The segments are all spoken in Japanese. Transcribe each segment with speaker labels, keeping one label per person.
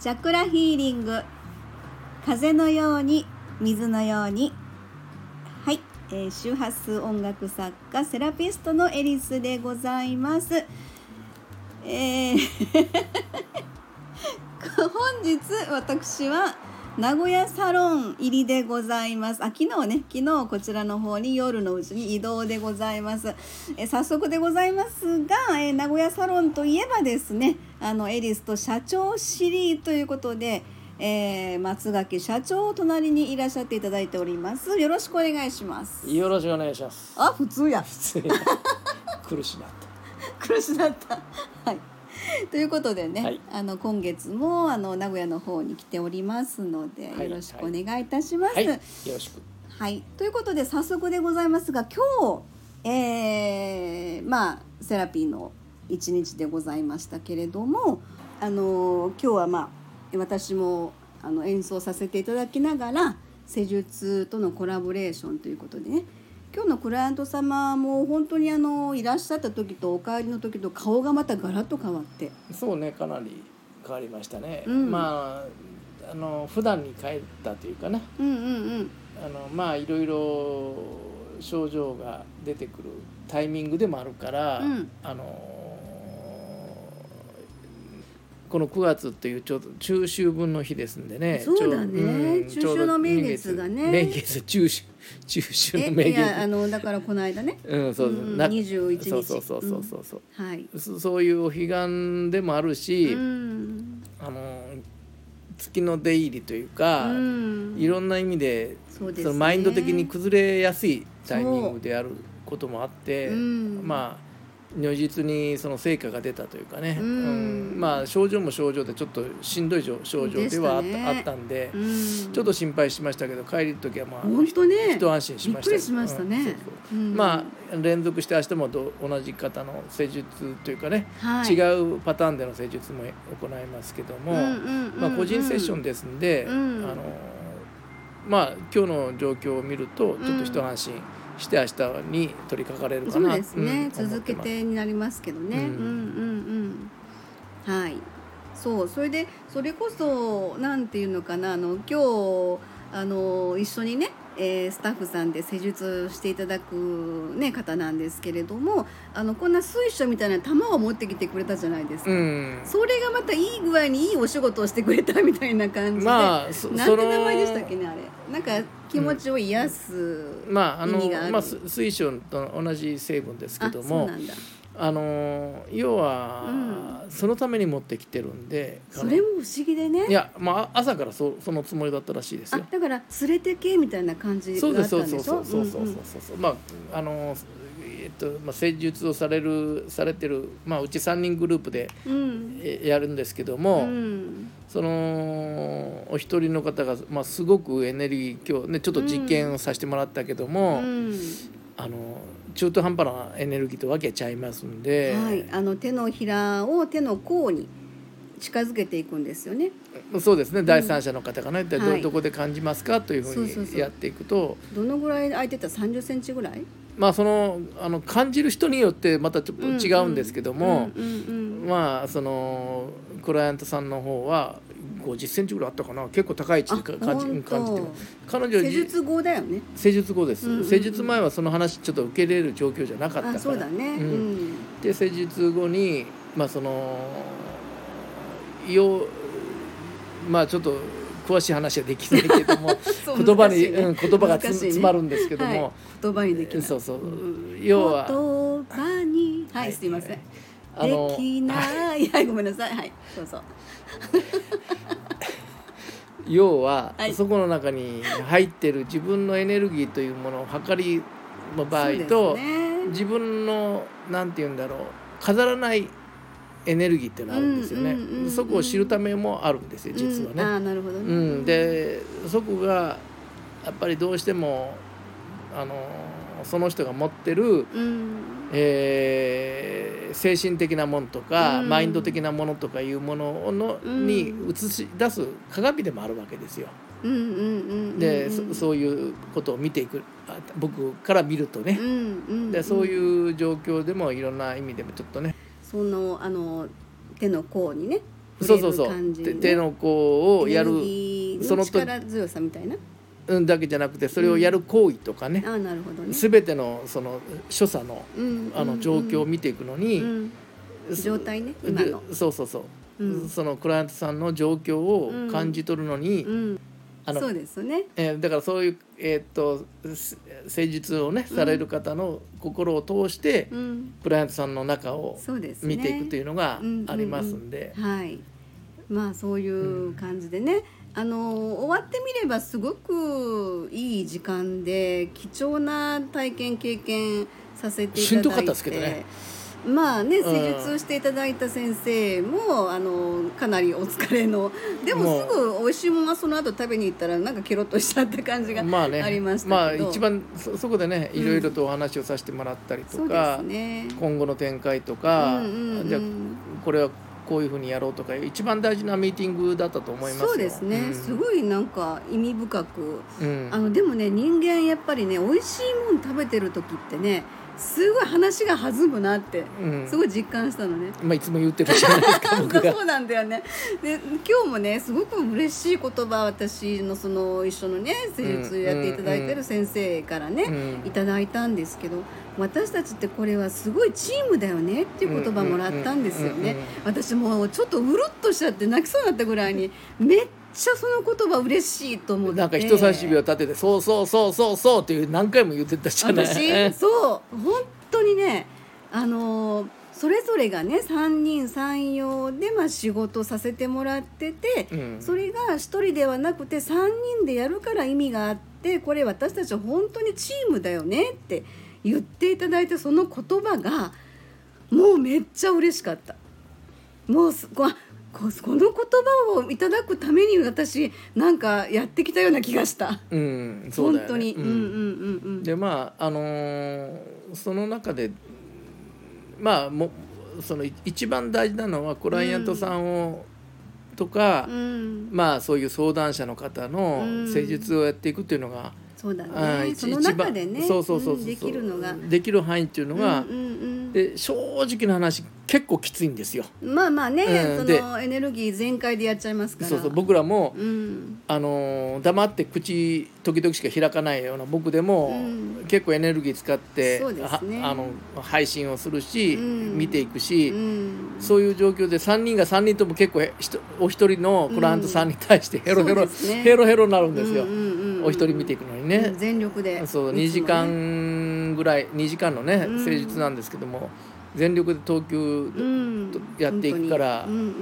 Speaker 1: チャクラヒーリング風のように水のようにはい、えー周波数音楽作家セラピストのエリスでございますえー 本日私は名古屋サロン入りでございますあ昨日ね昨日こちらの方に夜のうちに移動でございますえー早速でございますが、えー名古屋サロンといえばですねあのエリスと社長シリーということでえー松垣社長隣にいらっしゃっていただいておりますよろしくお願いします
Speaker 2: よろしくお願いします。
Speaker 1: あ普通や
Speaker 2: 苦しなっ
Speaker 1: 苦しだったはいということでね、
Speaker 2: はい
Speaker 1: あの今月もあの名古屋の方に来ておりますので、
Speaker 2: はい
Speaker 1: よろしくお願いいたします
Speaker 2: た。はい、よろしく。
Speaker 1: はい、ということで早速でございますが今日、えーまあ、セラピーの一日でございましたけれども、あの今日は、まあ、私もあの演奏させていただきながら施術とのコラボレーションということでね今日のクライアント様も本当にあのいらっしゃった時とお帰りの時と顔がまたガラッと変わって。
Speaker 2: そうね、かなり変わりましたね。
Speaker 1: うん
Speaker 2: まあ、あの普段に帰ったというかな。
Speaker 1: うんうん
Speaker 2: あのまあいろいろ症状が出てくるタイミングでもあるから、
Speaker 1: うん
Speaker 2: あのこの9月っていうちょうど中秋分の日ですんでね。
Speaker 1: そうだね
Speaker 2: ちょう
Speaker 1: 中秋の名月
Speaker 2: ちょうど
Speaker 1: がね
Speaker 2: 名月中秋中秋
Speaker 1: うん。
Speaker 2: の名
Speaker 1: えいやあ
Speaker 2: 月。
Speaker 1: のだからこの間ね
Speaker 2: うん、そうそうう。
Speaker 1: ん
Speaker 2: な
Speaker 1: 21日
Speaker 2: そうそうそうそうそうそう。
Speaker 1: はい。
Speaker 2: そそういうお彼岸でもあるし、
Speaker 1: うん
Speaker 2: あの月の出入りというか、
Speaker 1: うん
Speaker 2: いろんな意味で
Speaker 1: そうですね
Speaker 2: のマインド的に崩れやすいタイミングであることもあって、
Speaker 1: うん
Speaker 2: まあ如実にその成果が出たというかね、
Speaker 1: うん
Speaker 2: まあ症状も症状でちょっとしんどい症症状ではあった,、
Speaker 1: でしたね
Speaker 2: あったんで、
Speaker 1: うん
Speaker 2: ちょっと心配しましたけど帰る時はまあ
Speaker 1: 本当ね
Speaker 2: 一安心しました
Speaker 1: びっくりしましたね
Speaker 2: うんそうそう
Speaker 1: うん
Speaker 2: まあ連続して明日もど同じ方の施術というかね、
Speaker 1: はい
Speaker 2: 違うパターンでの施術も行いますけども、
Speaker 1: うんうんうんうん
Speaker 2: まあ、個人セッションですんで、
Speaker 1: うん
Speaker 2: あのまあ今日の状況を見るとちょっと一安心して明日に取り掛かれるか
Speaker 1: そう
Speaker 2: な
Speaker 1: ですね、
Speaker 2: うん
Speaker 1: 続け
Speaker 2: 思って
Speaker 1: てになりますけどね、う、
Speaker 2: うんん
Speaker 1: うんうんはいそうそれでそれこそなんていうのかなあの今日あの一緒にね、えースタッフさんで施術していただく、ね、方なんですけれどもあのこんな水晶みたいな玉を持ってきてくれたじゃないです
Speaker 2: ます
Speaker 1: か、
Speaker 2: うん
Speaker 1: それがまたいい具合にいいお仕事をしてくれたみたいな感じで、
Speaker 2: まあそ
Speaker 1: なん
Speaker 2: そ
Speaker 1: て
Speaker 2: の
Speaker 1: 名前でしたっけねあれなんか気持ちを癒す、
Speaker 2: まああ
Speaker 1: 意味があ
Speaker 2: の
Speaker 1: る
Speaker 2: まあす水晶と同じ成分ですけ
Speaker 1: あ
Speaker 2: ど
Speaker 1: そう
Speaker 2: も
Speaker 1: なんだ
Speaker 2: あの要は、そのために持ってきてるんであの
Speaker 1: それも不思議でね
Speaker 2: いやまあ朝からそそのつもりだったらしいです
Speaker 1: あ
Speaker 2: よ。
Speaker 1: だから連れてけみたいな感じ
Speaker 2: そう
Speaker 1: が
Speaker 2: で
Speaker 1: あっ
Speaker 2: す
Speaker 1: た
Speaker 2: そ
Speaker 1: ん
Speaker 2: う
Speaker 1: で
Speaker 2: そう
Speaker 1: し
Speaker 2: そ
Speaker 1: ょ
Speaker 2: うそう
Speaker 1: うん
Speaker 2: そううんそうまああのえっとまあ施術をされるされてるまあうち3人グループで
Speaker 1: うん
Speaker 2: えやるんですけど
Speaker 1: う
Speaker 2: も、
Speaker 1: ん
Speaker 2: そのお一人の方がまあすごくエネルギー今日ねちょっと実験をさせてもらったけども、
Speaker 1: うん
Speaker 2: あの中途半端なエネルギーと分けちゃいますんで、
Speaker 1: はいあの手のひらを手の甲に近づけていくんですよね
Speaker 2: そうですね第三者の方がね、一体ど,、
Speaker 1: はい
Speaker 2: どこで感じますかというふ
Speaker 1: そうそう
Speaker 2: う
Speaker 1: そう
Speaker 2: にやっていくと。
Speaker 1: どのぐらい空いてた三十センチぐらい
Speaker 2: まあ、そのあの感じる人によってまたちょっと違うんですけども、
Speaker 1: うんうん
Speaker 2: まあそのクライアントさんの方は50センチぐらいあったかな結構高い位置にか
Speaker 1: あ
Speaker 2: 感じ
Speaker 1: 本当
Speaker 2: 感じてます彼
Speaker 1: う
Speaker 2: 女
Speaker 1: ん施術後だよね
Speaker 2: 施術後です、
Speaker 1: うんうん
Speaker 2: 施術前はその話ちょっと受けれる状況じゃなかったから
Speaker 1: あそうだねう
Speaker 2: うん
Speaker 1: ん
Speaker 2: で施術後にまあそのよまあちょっと詳しい話はできないけども、
Speaker 1: そう
Speaker 2: 言葉
Speaker 1: 難
Speaker 2: に、
Speaker 1: しいね
Speaker 2: うん、言葉がつ、
Speaker 1: 難しいね
Speaker 2: 詰まるんですけども、
Speaker 1: はい言葉にできない
Speaker 2: そうそう、
Speaker 1: ん
Speaker 2: 要は
Speaker 1: 言葉にはいすいません
Speaker 2: あの
Speaker 1: できないはいごめんなさいはいどうぞ
Speaker 2: 要は、
Speaker 1: はい
Speaker 2: そこの中に入ってる自分のエネルギーというものを測りの場合
Speaker 1: そう
Speaker 2: と、
Speaker 1: ですね
Speaker 2: 自分のなんて言うんだろう飾らないエネルギーっていうのがあるんですよね、
Speaker 1: うんうんうんうん
Speaker 2: そこを知るためもあるんですよ実はね。
Speaker 1: うん、ああなるほど
Speaker 2: う
Speaker 1: ね、
Speaker 2: ん、でそこがやっぱりどうしてもあのその人が持ってる、
Speaker 1: うん
Speaker 2: えー精神的なものとか、
Speaker 1: うん
Speaker 2: マインド的なものとかいうものの、
Speaker 1: うん
Speaker 2: に映し出す鏡でもあるわけですよ。
Speaker 1: うんうんうんうん
Speaker 2: で、
Speaker 1: うん
Speaker 2: そそういうことを見ていくあ僕から見るとね
Speaker 1: う、んうん
Speaker 2: でそう
Speaker 1: うん
Speaker 2: いう状況でもいろんな意味でもちょっとね
Speaker 1: そのあの手の甲にね
Speaker 2: そう
Speaker 1: 触
Speaker 2: そ
Speaker 1: れる
Speaker 2: うそう、
Speaker 1: 感じ
Speaker 2: て
Speaker 1: ね
Speaker 2: 手の甲をやる
Speaker 1: エネルギー
Speaker 2: その
Speaker 1: の
Speaker 2: 時
Speaker 1: 力強さみたいな
Speaker 2: うんだけじゃなくてそれをやる行為とかね
Speaker 1: あ、あなるほどね、
Speaker 2: 全てのその所作の
Speaker 1: うん、
Speaker 2: あの状況を見ていくのに、
Speaker 1: うん
Speaker 2: そ
Speaker 1: 状態ね
Speaker 2: で
Speaker 1: 今の
Speaker 2: そうそうそう、
Speaker 1: うん
Speaker 2: そのクライアントさんの状況を感じ取るのに、
Speaker 1: うん、
Speaker 2: あの
Speaker 1: そうですね
Speaker 2: えーだからそういう、えーっとせ誠実をねされる方の心を通して、
Speaker 1: うん
Speaker 2: クライアントさんの中を
Speaker 1: そうですね
Speaker 2: 見ていくというのがありますんで、
Speaker 1: はいまあそういう感じでね、あの終わってみればすごくいい時間で貴重な体験経験させていただいて
Speaker 2: しんどかったですけどね
Speaker 1: まあね
Speaker 2: うん
Speaker 1: 施術していただいた先生も、あのかなりお疲れので
Speaker 2: も
Speaker 1: も
Speaker 2: う
Speaker 1: すぐ美味しいものはその後食べに行ったらなんかケロッとしちゃった感じが
Speaker 2: まあね
Speaker 1: ありましたけど、
Speaker 2: あ一番そそこでねいろいろとお話をさせてもらったりと
Speaker 1: そうで
Speaker 2: か、
Speaker 1: すね
Speaker 2: 今後の展開とか、
Speaker 1: うんうんうん
Speaker 2: じゃあこれはこういうふうにやろうとか一番大事なミーティングだったと思いますよ
Speaker 1: そうですね、す
Speaker 2: い、
Speaker 1: ごいなんか意味深く
Speaker 2: うん
Speaker 1: あのでもね人間やっぱりね美味しいもの食べてる時ってねすごい話が弾むなって
Speaker 2: うん
Speaker 1: すごい実感したのね。
Speaker 2: まあ、いつも言ってたじゃないですか僕が。
Speaker 1: そうなんだよねで今日もねすごく嬉しい言葉私のその一緒のね施術やっていただいてる先生からね、
Speaker 2: うん
Speaker 1: いただいたんですけど私たちってこれはすごいチームだよねっていう言葉もらったんですよ
Speaker 2: うんうんうん
Speaker 1: ね
Speaker 2: うんうん
Speaker 1: 私もうちょっとうるっとしちゃって泣きそうになったぐらいにめっちゃその言葉嬉しいと思って
Speaker 2: なんか人差し指を立てて「そうそうそうそうそう」っていう何回も言ってたじゃない
Speaker 1: 私そう本当にねあのーそれぞれがね3人三様でまあ仕事させてもらってて、
Speaker 2: うん
Speaker 1: それが1人ではなくて3人でやるから意味があってこれ私たちは本当にチームだよねって言っていただいてその言葉がもうめっちゃ嬉しかった。もうすこあここの言葉をいただくために私なんかやってきたような気がした。
Speaker 2: うんそうだよ
Speaker 1: 本
Speaker 2: ね
Speaker 1: 当に、うん、うんうんうん
Speaker 2: でまああのーその中でまあもそのい一番大事なのはクライアントさんを、とか、
Speaker 1: うん、
Speaker 2: まあそういう相談者の方の
Speaker 1: うん
Speaker 2: 施術をやっていくっていうのが、
Speaker 1: そうだ
Speaker 2: あー
Speaker 1: ね。
Speaker 2: 一
Speaker 1: その中でね、
Speaker 2: 一番そうそうそうそう、
Speaker 1: んできるのが、
Speaker 2: できる範囲っていうのが、
Speaker 1: うんうんうん、
Speaker 2: で正直な話結構きついんですよ。
Speaker 1: まあまあね、
Speaker 2: うん
Speaker 1: そのエネルギー全開でやっちゃいますから。
Speaker 2: そうそう僕らも、
Speaker 1: うん、
Speaker 2: あのー黙って口時々しか開かないような僕でも、
Speaker 1: うん
Speaker 2: 結構エネルギー使って
Speaker 1: そうですね
Speaker 2: はあの配信をするし、
Speaker 1: うん
Speaker 2: 見ていくし、
Speaker 1: うん、
Speaker 2: そういう状況で3人が3人とも結構へひとお一人のクライアントさんに対してヘロヘ
Speaker 1: そ
Speaker 2: ロ、
Speaker 1: うですね
Speaker 2: ヘロヘロになるんですよ、
Speaker 1: うんうんうんうん
Speaker 2: お一人見ていくのに
Speaker 1: う
Speaker 2: ね
Speaker 1: ん、全力で、
Speaker 2: そう
Speaker 1: い
Speaker 2: 2
Speaker 1: つ
Speaker 2: 時
Speaker 1: もね、
Speaker 2: 間ぐらい2時間のね
Speaker 1: うん
Speaker 2: 誠実なんですけども、全力で投球、
Speaker 1: うん
Speaker 2: と、やっていくから
Speaker 1: 本当にうんう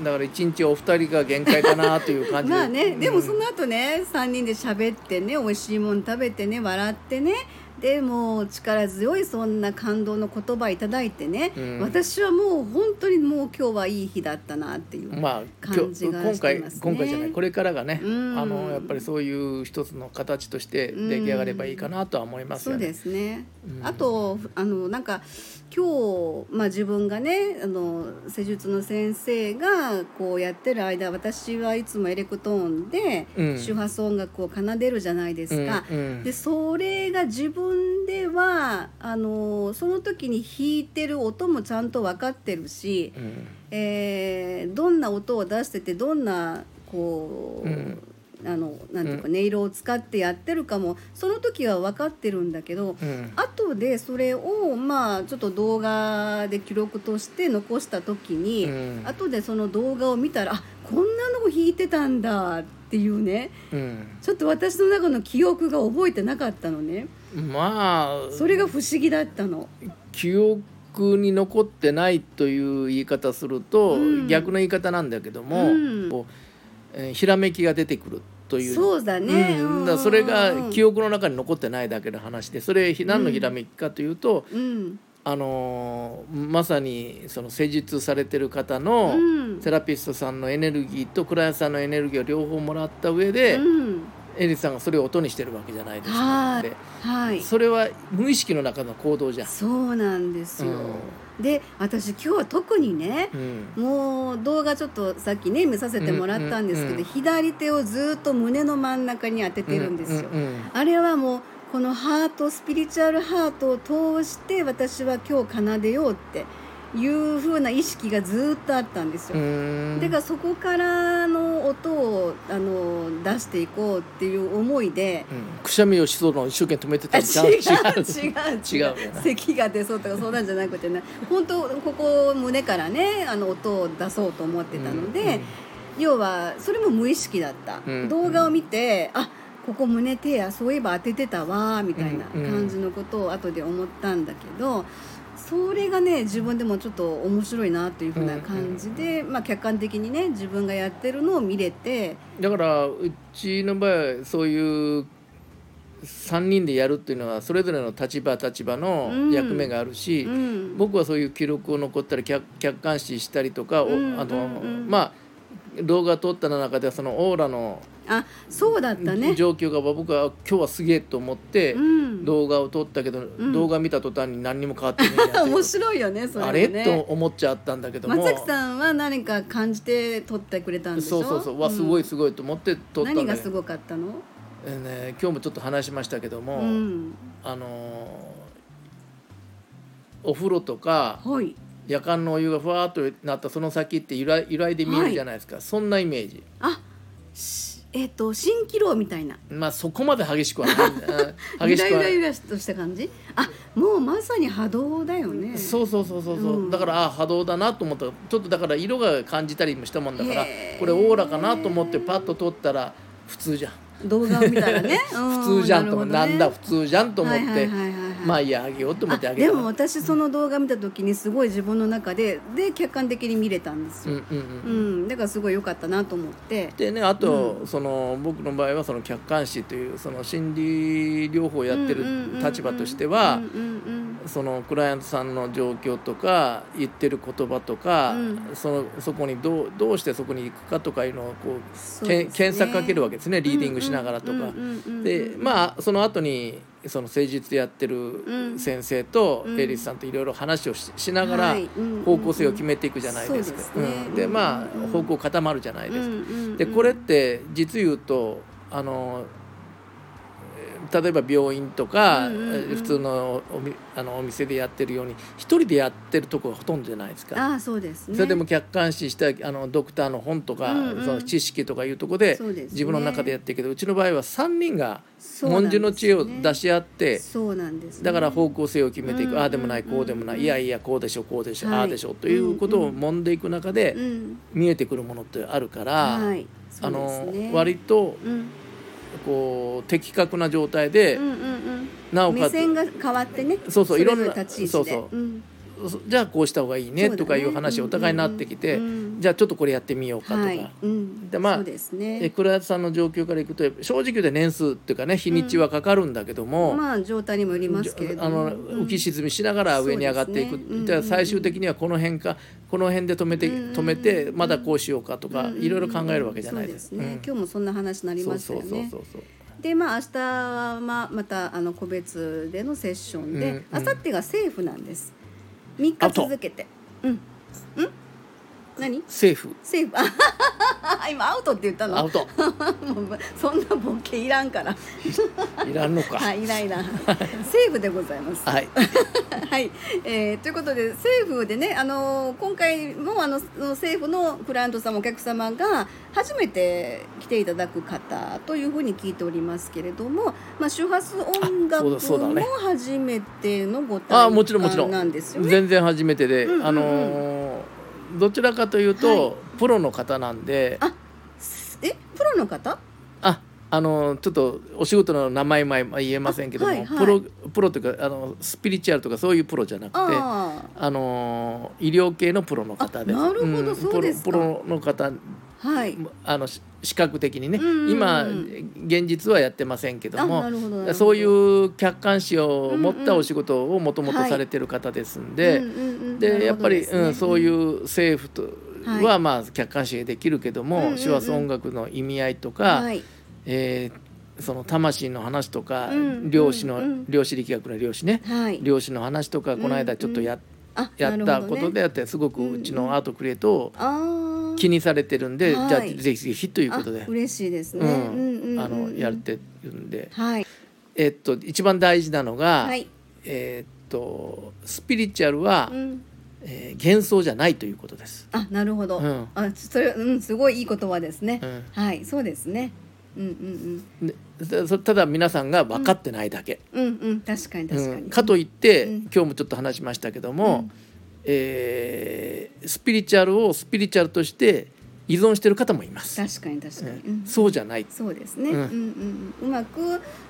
Speaker 1: ん
Speaker 2: だから1日お二人が限界かなという
Speaker 1: う
Speaker 2: 感
Speaker 1: ん。
Speaker 2: じ で
Speaker 1: まあね、でもそ
Speaker 2: うん
Speaker 1: の後ね、三人で喋ってね、美味しいもの食べてね、笑ってね。でもう力強いそんな感動の言葉いただいてね、
Speaker 2: うん
Speaker 1: 私はもう本当にもう今日はいい日だったなっていう
Speaker 2: まあ、今
Speaker 1: 感
Speaker 2: 日
Speaker 1: じが
Speaker 2: 今
Speaker 1: して
Speaker 2: 回
Speaker 1: ますね
Speaker 2: 今回じゃないこれからがね、
Speaker 1: うん
Speaker 2: あのやっぱりそういう一つの形として出来上がればいいかなとは思います
Speaker 1: そ
Speaker 2: よ
Speaker 1: う
Speaker 2: ね。
Speaker 1: ですね。
Speaker 2: うん
Speaker 1: あとあのなんか今日まあ自分がねあの施術の先生がこうやってる間私はいつもエレクトーンで
Speaker 2: うん
Speaker 1: 周波数音楽を奏でるじゃないですか。
Speaker 2: うんうん
Speaker 1: でそれが自分ではあのその時に弾いてる音もちゃんと分かってるし、
Speaker 2: うん
Speaker 1: えーどんな音を出しててどんなこう、
Speaker 2: うん
Speaker 1: あのなんていうか音色を使ってやってるかもその時は分かってるんだけど、
Speaker 2: うん
Speaker 1: 後でそれをまあちょっと動画で記録として残した時に、
Speaker 2: うん
Speaker 1: 後でその動画を見たらあこんなのを弾いてたんだっていうね
Speaker 2: うん
Speaker 1: ちょっと私の中の記憶が覚えてなかったのね
Speaker 2: まあ
Speaker 1: それが不思議だったの。
Speaker 2: 記憶に残ってないという言い方すると、
Speaker 1: うん
Speaker 2: 逆の言い方なんだけども、
Speaker 1: うん
Speaker 2: こうえーひらめきが出てくるという
Speaker 1: そうだね
Speaker 2: う
Speaker 1: うんうんうん
Speaker 2: ん、だからそれが記憶の中に残ってないだけの話でそれ何のひらめきかというと、
Speaker 1: うん
Speaker 2: あのーまさにその施術されてる方の
Speaker 1: うん
Speaker 2: セラピストさんのエネルギーとクライアントさんのエネルギーを両方もらった上で、
Speaker 1: うん
Speaker 2: エリさんがそれを音にしてるわけじゃないですか
Speaker 1: は
Speaker 2: で
Speaker 1: いはい
Speaker 2: それは無意識の中の行動じゃん。
Speaker 1: そうなんですよ、で私今日は特にね、
Speaker 2: うん
Speaker 1: もう動画ちょっとさっきね見させてもらったんですけど、
Speaker 2: うんうんうん
Speaker 1: 左手をずっと胸の真ん中に当ててるんですよ、
Speaker 2: うんうん
Speaker 1: あれはもうこのハートスピリチュアルハートを通して私は今日奏でようっていうふうな意識がずっとあったんです
Speaker 2: う
Speaker 1: よ。
Speaker 2: ーん
Speaker 1: だからそこからの音をあの出していこうっていう思いで。
Speaker 2: うんくしゃみをしそうなのを一生懸命止めて
Speaker 1: あ
Speaker 2: た
Speaker 1: 違
Speaker 2: ん
Speaker 1: う
Speaker 2: じゃん
Speaker 1: 違う
Speaker 2: 違う違うよな
Speaker 1: 咳が出そうとかそうなんじゃなくてね本当ここ胸からねあの音を出そうと思ってたので、要はそれも無意識だった、
Speaker 2: うん
Speaker 1: 動画を見てあここ胸手やそういえば当ててたわみたいな
Speaker 2: うんうん
Speaker 1: 感じのことを後で思ったんだけどそれがね自分でもちょっと面白いなというふうな感じで、まあ、客観的にね自分がやってるのを見れて
Speaker 2: だからうちの場合そういう3人でやるっていうのはそれぞれの立場立場の
Speaker 1: うん
Speaker 2: 役目があるし、
Speaker 1: うん
Speaker 2: 僕はそういう記録を残ったり客客観視したりとか、お
Speaker 1: うん
Speaker 2: あと、
Speaker 1: うんうん
Speaker 2: まあ動画撮った中ではそのオーラの
Speaker 1: あそうだったね。
Speaker 2: 状況が僕は今日はすげえと思って
Speaker 1: うん
Speaker 2: 動画を撮ったけど、
Speaker 1: ん
Speaker 2: 動画見た途端に何にも変わってねえやっていう
Speaker 1: 面白いよねそれも
Speaker 2: あ
Speaker 1: ね
Speaker 2: れと思っちゃったんだけども
Speaker 1: 松崎さんは何か感じて撮ってくれたんでし
Speaker 2: そ
Speaker 1: ょ
Speaker 2: うそうそうわすごいすごいと思って撮ったん
Speaker 1: 何
Speaker 2: だけ
Speaker 1: が
Speaker 2: ど
Speaker 1: すごかったの
Speaker 2: えーね、今日もちょっと話しましたけども、
Speaker 1: うん
Speaker 2: あのーお風呂とか
Speaker 1: はい
Speaker 2: 夜間のお湯がふわーっとなったその先って揺ら揺らいで見えるじゃないですか、そんなイメージ
Speaker 1: あしえっ、と蜃気楼みたいな
Speaker 2: まあそこまで激しくは ないうん
Speaker 1: ゆ
Speaker 2: 激し
Speaker 1: ら
Speaker 2: く
Speaker 1: ゆら
Speaker 2: はな
Speaker 1: ゆ
Speaker 2: い
Speaker 1: らとした感じあもうまさに波動だよね
Speaker 2: そうそうそうそうそう、
Speaker 1: うん
Speaker 2: だからあー波動だなと思ったちょっとだから色が感じたりもしたもんだから
Speaker 1: へー
Speaker 2: これオーラかなと思ってパッと撮ったら普通じゃん
Speaker 1: 動画を見たら ね
Speaker 2: 普通じゃんと思って、なんだ普
Speaker 1: 通
Speaker 2: 通じゃんと思って、
Speaker 1: はいはいはいはいはい
Speaker 2: まあいいやあげようと思
Speaker 1: あ
Speaker 2: ってあげ
Speaker 1: で
Speaker 2: た
Speaker 1: も私その動画見た時にすごい自分の中でで客観的に見れたんです
Speaker 2: うん
Speaker 1: よ、
Speaker 2: うんうん
Speaker 1: うんだからすごい良かったなと思って
Speaker 2: でねあと、その僕の場合はその客観視というその心理療法をやって
Speaker 1: うんうんうんう
Speaker 2: る
Speaker 1: ん
Speaker 2: 立場としては、
Speaker 1: うんうん
Speaker 2: そのクライアントさんの状況とか言ってる言葉とか、
Speaker 1: うん
Speaker 2: そのそこにどうどうしてそこに行くかとかいうのをこう
Speaker 1: そう
Speaker 2: け
Speaker 1: で
Speaker 2: ん
Speaker 1: すね
Speaker 2: 検索かけるわけですねリーディングしながらとか。
Speaker 1: うんうんうんうん
Speaker 2: でまあその後にその誠実でやって
Speaker 1: う
Speaker 2: る
Speaker 1: ん
Speaker 2: 先生と
Speaker 1: うん
Speaker 2: エリスさんといろいろ話をししながら
Speaker 1: はいうんうんうん
Speaker 2: 方向性を決めていくじゃないですか。
Speaker 1: そうですね
Speaker 2: うんでま
Speaker 1: うんう
Speaker 2: あ
Speaker 1: ん
Speaker 2: 方向固まるじゃないですか。
Speaker 1: うんうんうん
Speaker 2: でこれって実言うとあのえー例えば病院とか、
Speaker 1: うんうんうん
Speaker 2: えー普通のおみあのお店でやってるように一人でやってるとこがほとんどじゃないですか。
Speaker 1: ああそうですね
Speaker 2: それでも客観視したあのドクターの本とか、
Speaker 1: うんうん
Speaker 2: その知識とかいうとこで
Speaker 1: そうですね
Speaker 2: 自分の中でやってるけどうちの場合は3人が
Speaker 1: そうなん
Speaker 2: 文
Speaker 1: ですね
Speaker 2: 字の知恵を出し合って、
Speaker 1: そうなんですね
Speaker 2: だから方向性を決めていく、
Speaker 1: うん
Speaker 2: ああでもない
Speaker 1: うんうん
Speaker 2: こうでもない、
Speaker 1: うん
Speaker 2: いやいやこうでしょこうでしょ、
Speaker 1: はい
Speaker 2: ああでしょということを揉んでいく中で、
Speaker 1: うん
Speaker 2: 見えてくるものってあるから、
Speaker 1: はいそ
Speaker 2: あ
Speaker 1: う
Speaker 2: の
Speaker 1: ですね
Speaker 2: 割と
Speaker 1: うん
Speaker 2: こう的確な状態で、
Speaker 1: うんうん
Speaker 2: な
Speaker 1: う
Speaker 2: お
Speaker 1: ん
Speaker 2: か
Speaker 1: 目
Speaker 2: つ
Speaker 1: 線が変わってね
Speaker 2: そうそういろんな
Speaker 1: れぞれ立ち位置で
Speaker 2: そうそう
Speaker 1: うん
Speaker 2: そじゃあこうした方がいい
Speaker 1: そ
Speaker 2: ね
Speaker 1: うだね
Speaker 2: とかいう話
Speaker 1: うん
Speaker 2: お互いになってきて、
Speaker 1: うんうん
Speaker 2: じゃあちょっとこれやってみようかとか、
Speaker 1: はいうん
Speaker 2: でまあ
Speaker 1: そうです
Speaker 2: え
Speaker 1: ね
Speaker 2: 倉田さんの状況からいくと正直言うと年数っていうかね日にちはかかるんだけども。
Speaker 1: まあ状態にもよりますけれど
Speaker 2: あ
Speaker 1: も
Speaker 2: の浮き沈みしながら上に上がっていく、
Speaker 1: そうですねうん
Speaker 2: じゃあ最終的にはこの辺かこの辺で止めて、
Speaker 1: うんうんうん
Speaker 2: 止めてまだこうしようかとか、
Speaker 1: うんうん
Speaker 2: いろいろ考えるわけじゃないです
Speaker 1: そうですね今日もそんな話にな
Speaker 2: うん
Speaker 1: りましたよ
Speaker 2: そうそう
Speaker 1: ね
Speaker 2: そうそう
Speaker 1: でまあ明日はまたあの個別でのセッション
Speaker 2: うん
Speaker 1: で、
Speaker 2: うん
Speaker 1: 明後日がセーフなんです3
Speaker 2: あ
Speaker 1: 日
Speaker 2: と
Speaker 1: 続けてうんうん何
Speaker 2: 政府
Speaker 1: セーフあは ははは今アウトって言ったの
Speaker 2: アウト
Speaker 1: もうそんなボケいらんから
Speaker 2: いらんのか
Speaker 1: はいいらんいらんセーフでございます
Speaker 2: はい
Speaker 1: はい、えーということで政府でね、あのー今回もあの政府のクライアントさんお客様が初めて来ていただく方というふうに聞いておりますけれども、まあ、周波数音
Speaker 2: あ
Speaker 1: 楽
Speaker 2: そうだそうだね
Speaker 1: も初めてのご
Speaker 2: あ
Speaker 1: 対
Speaker 2: もちろんもちろん
Speaker 1: なんですよね。
Speaker 2: 全然初めてで、
Speaker 1: うんうんうん
Speaker 2: あのーどちらかというと、
Speaker 1: は
Speaker 2: プロの方なんであ
Speaker 1: あえプロの方
Speaker 2: あのーちょっとお仕事の名前前は言えませんけども、
Speaker 1: あはいはい
Speaker 2: プロプロというかあのスピリチュアルとかそういうプロじゃなくてあ
Speaker 1: あ
Speaker 2: のー医療系のプロの方です
Speaker 1: あなるほどそうですか
Speaker 2: プロプロの方
Speaker 1: あはい
Speaker 2: あのし視覚的にね、
Speaker 1: うんうんうん
Speaker 2: 今現実はやってませんけど
Speaker 1: あなるほどなるほ
Speaker 2: も
Speaker 1: ど
Speaker 2: そういう客観視を持った
Speaker 1: うんうん
Speaker 2: お仕事をもともと
Speaker 1: はい
Speaker 2: されてる方ですんで。
Speaker 1: うんうんうんな
Speaker 2: で
Speaker 1: る
Speaker 2: やっ
Speaker 1: ほ
Speaker 2: ぱ
Speaker 1: ど
Speaker 2: り、
Speaker 1: ですね
Speaker 2: うん、そういう政府と
Speaker 1: はい
Speaker 2: はまあ客観視ができるけど
Speaker 1: うんうん
Speaker 2: も、
Speaker 1: うん
Speaker 2: 手話音楽の意味合いと
Speaker 1: うん
Speaker 2: か、
Speaker 1: はい
Speaker 2: えーその魂の話とか、
Speaker 1: うん
Speaker 2: 量子の、
Speaker 1: うんうん
Speaker 2: 量子力学の量子ね、
Speaker 1: はい、
Speaker 2: 量子の話とかこの間ちょっとや,、
Speaker 1: あ
Speaker 2: やったこ
Speaker 1: なる
Speaker 2: と
Speaker 1: ほど
Speaker 2: で
Speaker 1: ね、
Speaker 2: あって、すごくうちのアートクリエイトを
Speaker 1: あー
Speaker 2: 気にされてるんで、
Speaker 1: はい
Speaker 2: じゃあぜひぜひということで
Speaker 1: あ。嬉しいです
Speaker 2: う
Speaker 1: ね、うんうんうんうんん、
Speaker 2: あのやってるんで、
Speaker 1: はい
Speaker 2: えっと一番大事なのが、
Speaker 1: はい、
Speaker 2: えっとスピリチュアルは、
Speaker 1: うん、
Speaker 2: えー幻想じゃないということです。
Speaker 1: あなるほど、
Speaker 2: うん
Speaker 1: あそれうんすごいいい言葉ですね、
Speaker 2: うん
Speaker 1: はいそうですねうんうん
Speaker 2: ででそただ皆さんが分かってないだけ。
Speaker 1: うんうんうん確かに確か
Speaker 2: う
Speaker 1: に、
Speaker 2: んかといって、
Speaker 1: うん
Speaker 2: 今日もちょっと話しましたけども、
Speaker 1: うん
Speaker 2: えースピリチュアルをスピリチュアルとして依存してる方もいます。
Speaker 1: 確かに確かに、
Speaker 2: う
Speaker 1: うんん
Speaker 2: そうじゃない。
Speaker 1: そうですね、
Speaker 2: う
Speaker 1: うんんうんうん、うまく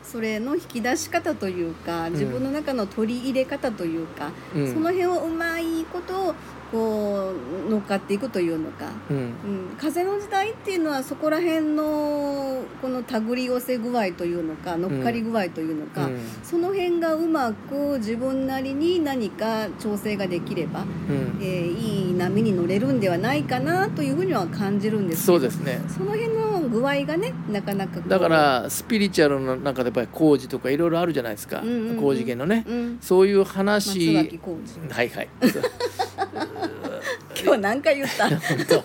Speaker 1: それの引き出し方というか自分の中の取り入れ方というか、
Speaker 2: うん
Speaker 1: その辺をうまいことをこう乗っかっていくというのか、
Speaker 2: うん
Speaker 1: うん、風の時代っていうのはそこら辺のこの手繰り寄せ具合というのか乗っかり具合というのか、
Speaker 2: うん
Speaker 1: その辺がうまく自分なりに何か調整ができれば、
Speaker 2: うん
Speaker 1: えーいい波に乗れるんではないかなというふうには感じるんですけ
Speaker 2: そ
Speaker 1: ど
Speaker 2: うですね。
Speaker 1: その辺の具合がねなかなかこう
Speaker 2: だからスピリチュアルの中でやっぱり工事とかいろいろあるじゃないですか、
Speaker 1: うんうんうん
Speaker 2: 工事系のね、
Speaker 1: うん
Speaker 2: そういう
Speaker 1: 松脇
Speaker 2: 話
Speaker 1: 浩二
Speaker 2: はいはい
Speaker 1: 今日何回言ったは
Speaker 2: 本当
Speaker 1: い、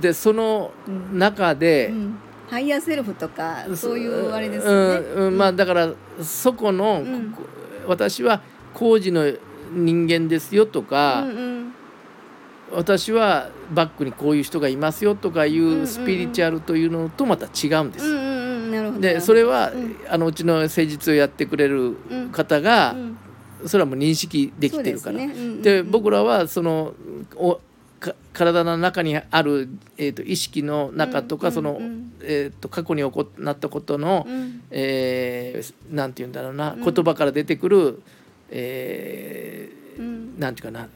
Speaker 2: でその中で、
Speaker 1: うん、ハイヤーセルフとかそういうあれです
Speaker 2: う
Speaker 1: よね、
Speaker 2: んうんまあだからそこの、
Speaker 1: うん
Speaker 2: こ私は工事の人間ですよとか、
Speaker 1: うんうん
Speaker 2: 私はバックにこういう人がいますよとかい
Speaker 1: んうんう
Speaker 2: うんスピリチュアルというのとまた違うんです。
Speaker 1: うんうんうんなるほどなるほ
Speaker 2: で
Speaker 1: ど
Speaker 2: それは、
Speaker 1: うん
Speaker 2: あのうちの誠実をやってくれる方が、
Speaker 1: うん
Speaker 2: それはもう認識できてるから。
Speaker 1: そう
Speaker 2: で,、
Speaker 1: ですねうんうんうん
Speaker 2: 僕らはそのおか体の中にある、えー、と意識の中とか、
Speaker 1: うん
Speaker 2: その、
Speaker 1: うんうん
Speaker 2: えー、と過去に起こなったことの、
Speaker 1: うん
Speaker 2: えーなんて言うんだろうな、
Speaker 1: ん
Speaker 2: 言葉から出てくる、え
Speaker 1: う
Speaker 2: ー
Speaker 1: ん
Speaker 2: なんていうかな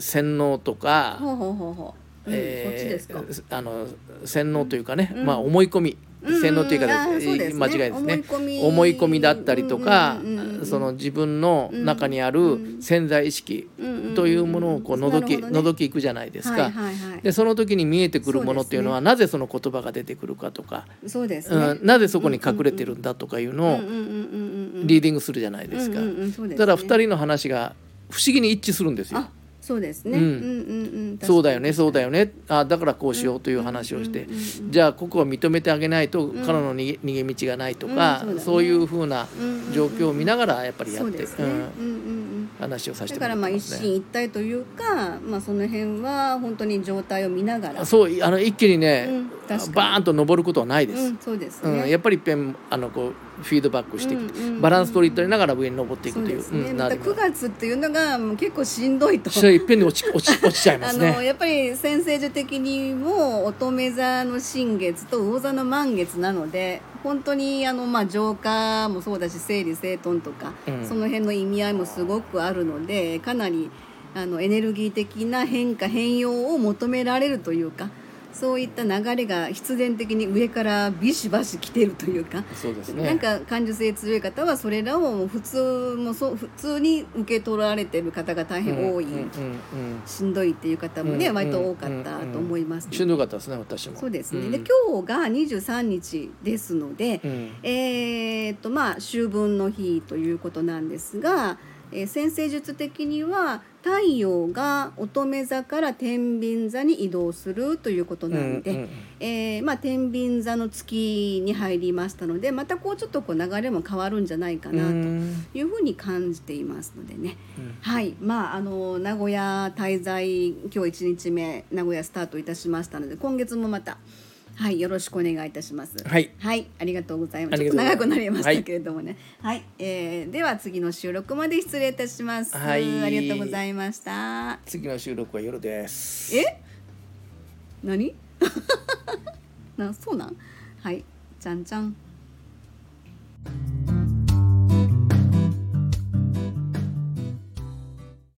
Speaker 2: 洗脳とか、
Speaker 1: ほうほうほうほう、うん
Speaker 2: えー
Speaker 1: こっちですか
Speaker 2: あの洗脳というかね、
Speaker 1: うん
Speaker 2: まあ思い込み、
Speaker 1: うん
Speaker 2: 洗脳というか、
Speaker 1: うんあーそうですね
Speaker 2: 間違いですね
Speaker 1: 思い込み
Speaker 2: 思い込みだったりと
Speaker 1: う
Speaker 2: か、
Speaker 1: んうんうんうん
Speaker 2: その自分の中にある潜在意識というものをこう覗き、
Speaker 1: うんうんうんなるほどね
Speaker 2: 覗きいくじゃないですか。
Speaker 1: はいはいはい
Speaker 2: でその時に見えてくるものっていうのは
Speaker 1: そ
Speaker 2: なぜその言葉が出てくるかとか、
Speaker 1: そうですね、
Speaker 2: うん、なぜそこに隠れてるんだとかいうのをリー
Speaker 1: リー
Speaker 2: ディングするじゃないですか。
Speaker 1: す
Speaker 2: ただ二人の話が不思議に一致するんですよ
Speaker 1: あ。そうですね、
Speaker 2: うん
Speaker 1: うんうんうん、
Speaker 2: そうだよねそうだ
Speaker 1: よ
Speaker 2: よねあだからこうしようという話をして、
Speaker 1: うんうんうんうん
Speaker 2: じゃあここを認めてあげないと
Speaker 1: ん
Speaker 2: 彼の逃げ逃げ道がないと
Speaker 1: うん
Speaker 2: か、
Speaker 1: そうだね
Speaker 2: そういうふうな状況を見ながらやっぱりや
Speaker 1: そ
Speaker 2: っ
Speaker 1: う
Speaker 2: て、
Speaker 1: ですね、
Speaker 2: う
Speaker 1: うんう
Speaker 2: ん
Speaker 1: んうん
Speaker 2: 話をさせ
Speaker 1: だ
Speaker 2: て
Speaker 1: からまあ一進一退というか、まあ、その辺は本当に状態を見ながら
Speaker 2: そうあの一気にね、
Speaker 1: うん確かに
Speaker 2: バーンと登ることはないです。
Speaker 1: うん、そうです
Speaker 2: うん
Speaker 1: ね、
Speaker 2: やっぱりいっぺんあのこうフィードバックしてきて、
Speaker 1: うんうんうん
Speaker 2: バランス取り取りながら上に登ってい
Speaker 1: そ
Speaker 2: く
Speaker 1: う
Speaker 2: とい
Speaker 1: で
Speaker 2: う
Speaker 1: すね、
Speaker 2: うん
Speaker 1: ま
Speaker 2: な
Speaker 1: た
Speaker 2: る
Speaker 1: 9月っていうのがもう結構しんどいと
Speaker 2: それいっぺんに落ち落ち落ちちゃいま
Speaker 1: あ
Speaker 2: す
Speaker 1: の
Speaker 2: ね。
Speaker 1: やっぱり先生術的にも乙女座の新月と魚座の満月なので本当にあの、まあ、浄化もそうだし整理整頓とか、
Speaker 2: うん
Speaker 1: その辺の意味合いもすごくあるのでかなりあのエネルギー的な変化変容を求められるというかそういった流れが必然的に上からビシバシ来てるというか。
Speaker 2: そうですね。
Speaker 1: なんか感受性強い方はそれらをもう普通もそう普通に受け取られてる方が大変多い、
Speaker 2: うんうんうんうん
Speaker 1: しんどいっていう方もね、
Speaker 2: うん
Speaker 1: 割と多かったと思いますね、
Speaker 2: しんどかったですね私も
Speaker 1: そうですね、
Speaker 2: ん
Speaker 1: で今日が23日ですので、
Speaker 2: うん
Speaker 1: えーっとまあ秋分の日ということなんですが、えー先生術的には太陽が乙女座から天秤座に移動するということなんで、
Speaker 2: うんうん
Speaker 1: えーまあ、天秤座の月に入りましたのでまたこうちょっとこう流れも変わるんじゃないかなと
Speaker 2: うん
Speaker 1: いうふうに感じていますのでね、
Speaker 2: うん
Speaker 1: はいまああの名古屋滞在今日1日目名古屋スタートいたしましたので今月もまたはいよろしくお願いいたします
Speaker 2: はい
Speaker 1: ありがとうございます
Speaker 2: あ
Speaker 1: ちょ
Speaker 2: り
Speaker 1: っ
Speaker 2: が
Speaker 1: と
Speaker 2: とうございま
Speaker 1: 長くなりま
Speaker 2: す
Speaker 1: したけれどもねはい、えーでは次の収録まで失礼いたします
Speaker 2: はい
Speaker 1: ありがとうございました
Speaker 2: 次の収録は夜です
Speaker 1: え 何なそうなんはいじゃんじゃん